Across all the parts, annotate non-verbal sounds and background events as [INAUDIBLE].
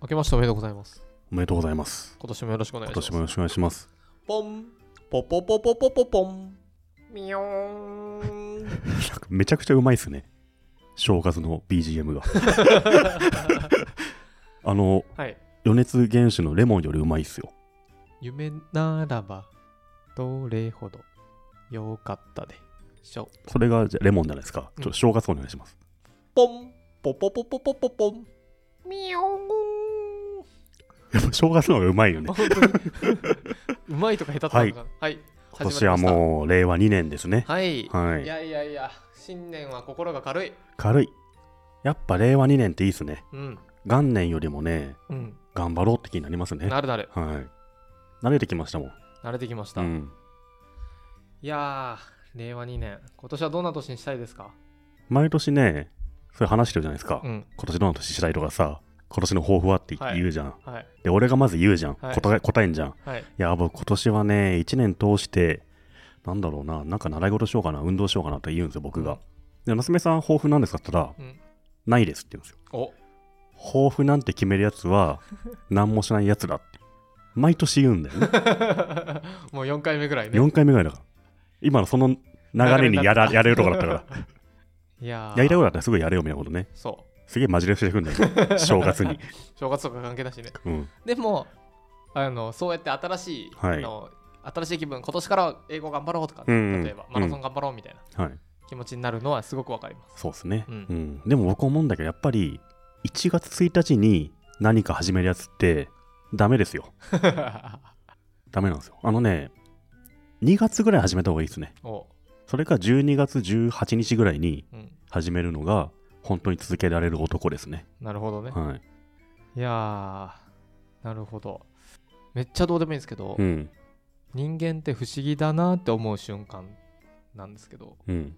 明けましておめでとうございます。おめでとうございます。今年もよろしくお願い今します。年もよろしくお願いします。ポン、ポポポポポポポン、ミヨーン。めちゃくちゃうまいっすね。正月の [LAUGHS] BGM が。あの、はい。余熱原酒のレモンよりうまいっすよ。夢ならば、どれほど良かったでしょう。それがじゃレモンじゃないですか。ちうょん正月お願いします。ポン、ポポポポポポポン、ミヨー [LAUGHS] ン。やっぱ正月の方がうまいよねあ。本当にうまいとか下手とかなのかな。はい。今年はう。もう令和2年ですね。はい。はいいやいやいや、新年は心が軽い。軽い。やっぱ令和2年っていいっすね。うん。元年よりもね、うん。頑張ろうって気になりますね。なるなる。はい。慣れてきましたもん。慣れてきました。うん。いやー、令和2年、今年はどんな年にしたいですか毎年ね、そういう話してるじゃないですか。うん。今年どの年したいとかさ、今年の抱負はってはい言うじゃん。はい。で、俺がまず言うじゃん。はい答え答えんじゃん。いはい。や、僕今年はね、1年通して、なんだろうな、なんか習い事しようかな、運動しようかなって言うんですよ、僕が。で、娘さん抱負なんですかって言ったら、うんないですって言うんですよ。お抱負なんて決めるやつは、何もしないやつだって。毎年言うんだよね。 [LAUGHS] もう4回目ぐらいね。 4回目ぐらいだから。今のその流れにやらやれるとこだったから。いやーやりたいことだったらすぐやれよみたいなことね。そすげえマジレスしてくんだよ。正月に。う。正月とか関係なしね。うん。でも、あの、そうやって新しい、はいあの新しい気分、今年からは英語頑張ろうとか、うんうん例えばマラソン頑張ろうみたいなはい。気持ちになるのはすごくわかり [LAUGHS] ます。そうですね、ううんんでも僕思うんだけどやっぱり1月1日に何か始めるやつってダメですよダメなんですよあのね2月ぐらい始めた方がいいですねおそれか12月18日ぐらいにうん。始めるのが本当に続けられる男ですねなるほどね。はいいやー、なるほど。めっちゃどうでもいいんですけど、うん人間って不思議だなって思う瞬間なんですけどうん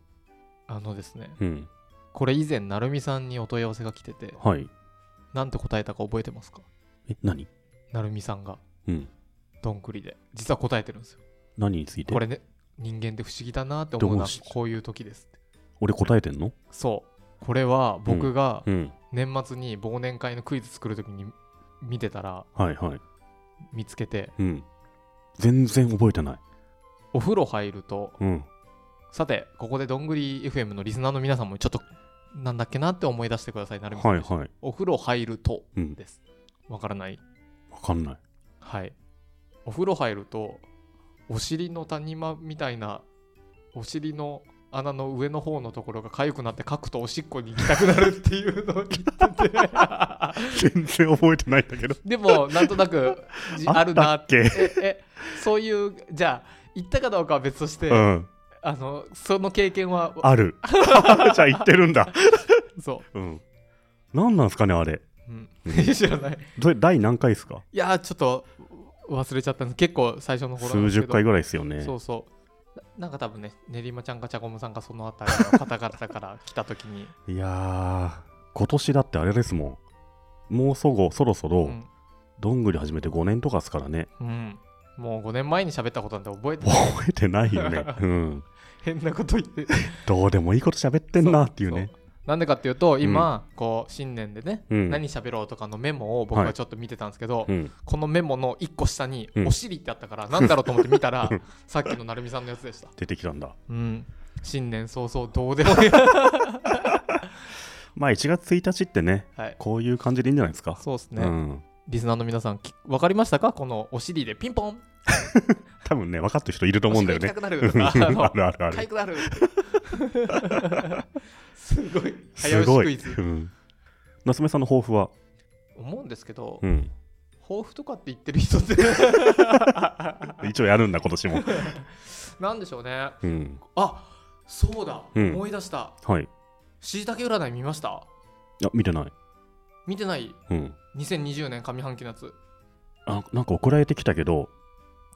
あのですねうんこれ以前なるみさんにお問い合わせが来ててはいなんて答えたか覚えてますかえ何なるみさんがうんどんくりで実は答えてるんですよ何についてこれね人間って不思議だなって思うどなうしこういう時ですって俺答えてんのそうこれは僕がうん年末に忘年会のクイズ作る時に見てたらはいはい見つけてうん全然覚えてないお風呂入るとうんさてここでどんぐり FM のリスナーの皆さんもちょっとなんだっけなって思い出してくださいなるみさんはいはいお風呂入るとうんです。わからない。わかんないはい。お風呂入ると、お尻の谷間みたいな、お尻の穴の上の方のところが痒くなって、書くとおしっこに行きたくなるっていうのを聞いてて。 [LAUGHS] 全然覚えてないんだけどでも、なんとなくじああるっなたっ。ってけえ、え、そういう、じゃあ、行ったかどうかは別として、うんあの、その経験は、ある。 [LAUGHS] じゃあ言ってるんだ。そうん。何なんすかね、あれ。う。うんうん [LAUGHS] 知らない。それ第何回ですかいやー、ちょっと忘れちゃったんです。結構最初の頃なん数です十けど回ぐらいですよね。そうそうな。なんか多分ね、練馬ちゃんかちゃこむさんかそのあたりの方々から来たときに、いやー、今年だってあれですもん。もうそご、そろそうろ、ん、どんぐり始めて5年とかですからね。うんもう5年前に喋ったことなんて覚えてない覚えてない [LAUGHS] よね。うん。変なこと言って。どうでもいいこと喋ってんなっていうねそ。なんでかっていうと、今、こう、新年でね、うん何喋ろうとかのメモを僕ははいちょっと見てたんですけど、うん。このメモの1個下にう、んお尻ってあったから、なんだろうと思って見たら、さっきの成美さんのやつでした。出てきたんだ。うん。新年早々、どうでも [LAUGHS] いい。まあ1月1日ってね、はい。こういう感じでいいんじゃないですか。そうですね、うん。リスナーの皆さん、き分かりましたかこのお尻でピンポン多分ね、分かってる人いると思うんだよね。お尻が痛くなるとか [LAUGHS] あのあるあるあかゆる。くなる [LAUGHS] すごい早す押ごしクイい。ズうん。夏目さんの抱負は思うんですけど、うん。抱負とかって言ってる人って [LAUGHS] [LAUGHS] 一応やるんだ、今年も。なんでしょうねうん。あそうだ、うん思い出したはい。しいたけ占い見ましたあ、見てない。見てないうん。 2020年上半期のやつあ、なんか送られてきたけど、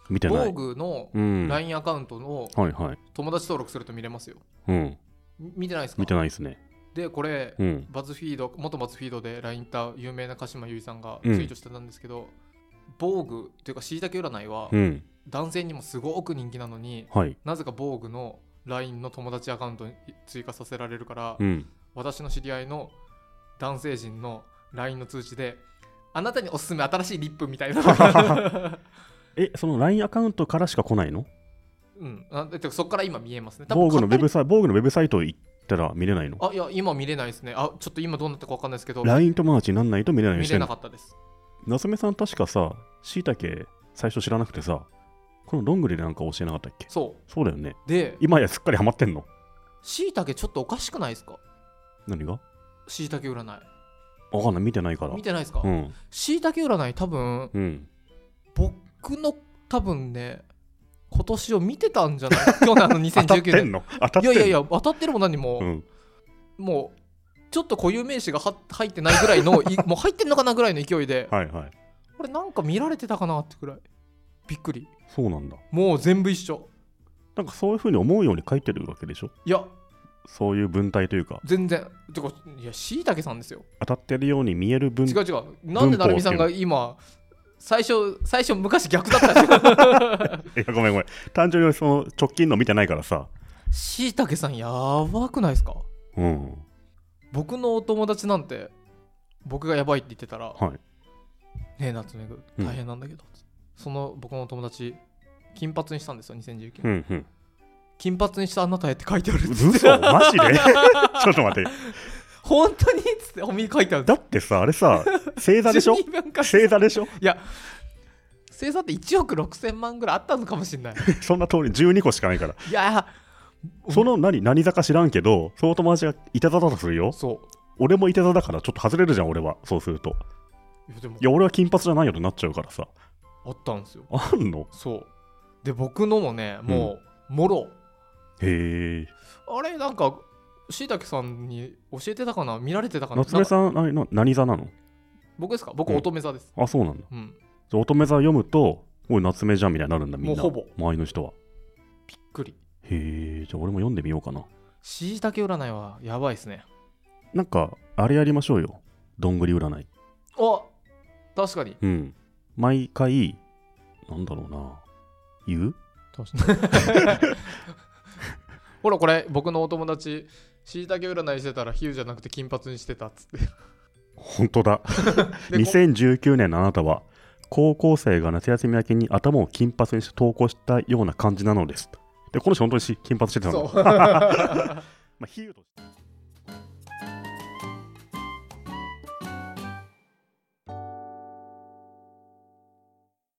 見てな防い。具のうん。はい LINE アカウントのはい。友達登録すると見れますようん。み見てないですか見てないですね。でこれ、うん。バズフィード元バズフィードで LINE た有名な鹿島由衣さんがツうイんートしてたんですけど、防具というかしいたけ占いは、うん。男性にもすごく人気なのにはい。なぜか防具の LINE の友達アカウントに追加させられるから、うん。私の知り合いの男性陣の LINE の通知であなたにおすすめ新しいリップみた [LAUGHS] いなえ、その LINE アカウントからしか来ないのうんあでてかそこから今見えますね多分防具のウェ買っブサイ防具のウェブサイト行ったら見れないのたりあいや今見れないですねあちょっと今どうなったか分かんないですけど ?LINE 友達になんないと見れないように見してれんなのかったです夏目さん確かさ、しいたけ最初知らなくてさ、このロングリでなんか教えなかったっけそそうだよね。うで今やすっかりハマってんのしいたけちょっとおかしくないですか何がしいたけ占いわかんない、見てないから見。てないですかうん。しいたけ占い多分うん。僕の多分ね今年を見てたんじゃない去年の当たっ2019てん年の当たっいてやんのいやいや当たってるも何も、うん。もうちょっと固有名詞がは入ってないぐらいの [LAUGHS] いもう入ってんのかなぐらいの勢いではいはい。これなんか見られてたかなってぐらいびっくりそうなんだ。もう全部一緒なんかそういうふうに思うように書いてるわけでしょいやそういう文体というか、全然てかいやしいたけさんですよ当たってるように見える文違う違うなんで文法っていうの成美さんが今最初最初昔逆だったん [LAUGHS] ですよいやごめんごめん単純にその直近の見てないからさしいたけさんやばくないですかうん僕のお友達なんて僕がやばいって言ってたら「はいねえ夏目ぐうん大変なんだけど」その僕のお友達金髪にしたんですよ2019年、うんうん金髪にしたあなたへって書いてあるっつって嘘マジで [LAUGHS] ちょっと待って [LAUGHS] 本当にっつってお見書いてあるだってさあれさ星座でし [LAUGHS] ょ12分間星座でしょ生産って1億6000万ぐらいあったのかもし [LAUGHS] れないそんな通り12個しかないからいやその何何座か知らんけどその友達がいた座だとするよそ俺もいた座だからちょっと外れるじゃん俺はそうするとういやでもいや俺は金髪じゃないよとなっちゃうからさあったんですよあんのそうで僕のもねもう、もろへえあれなんかしいたけさんに教えてたかな見られてたかな夏目んかさんなな何座なの僕ですか僕うん乙女座です、あそうなんだうん、じゃあ乙女座読むとおい夏目じゃんみたいになるんだみんなもうほぼ周りの人はびっくりへえじゃあ俺も読んでみようかなしいたけ占いはやばいですねなんか、あれやりましょうよ。どんぐり占い。あ確かにうん。毎回、なんだろうな。言う [LAUGHS] [LAUGHS] ほらこれ僕のお友達しいたけ占いしてたら比喩じゃなくて金髪にしてたっつって本当だ。でこ2019年のあなたは、高校生が夏休み明けに頭を金髪にして投稿したような感じなのです。で、この人本当にし金髪してたの。そうまあ、比喩として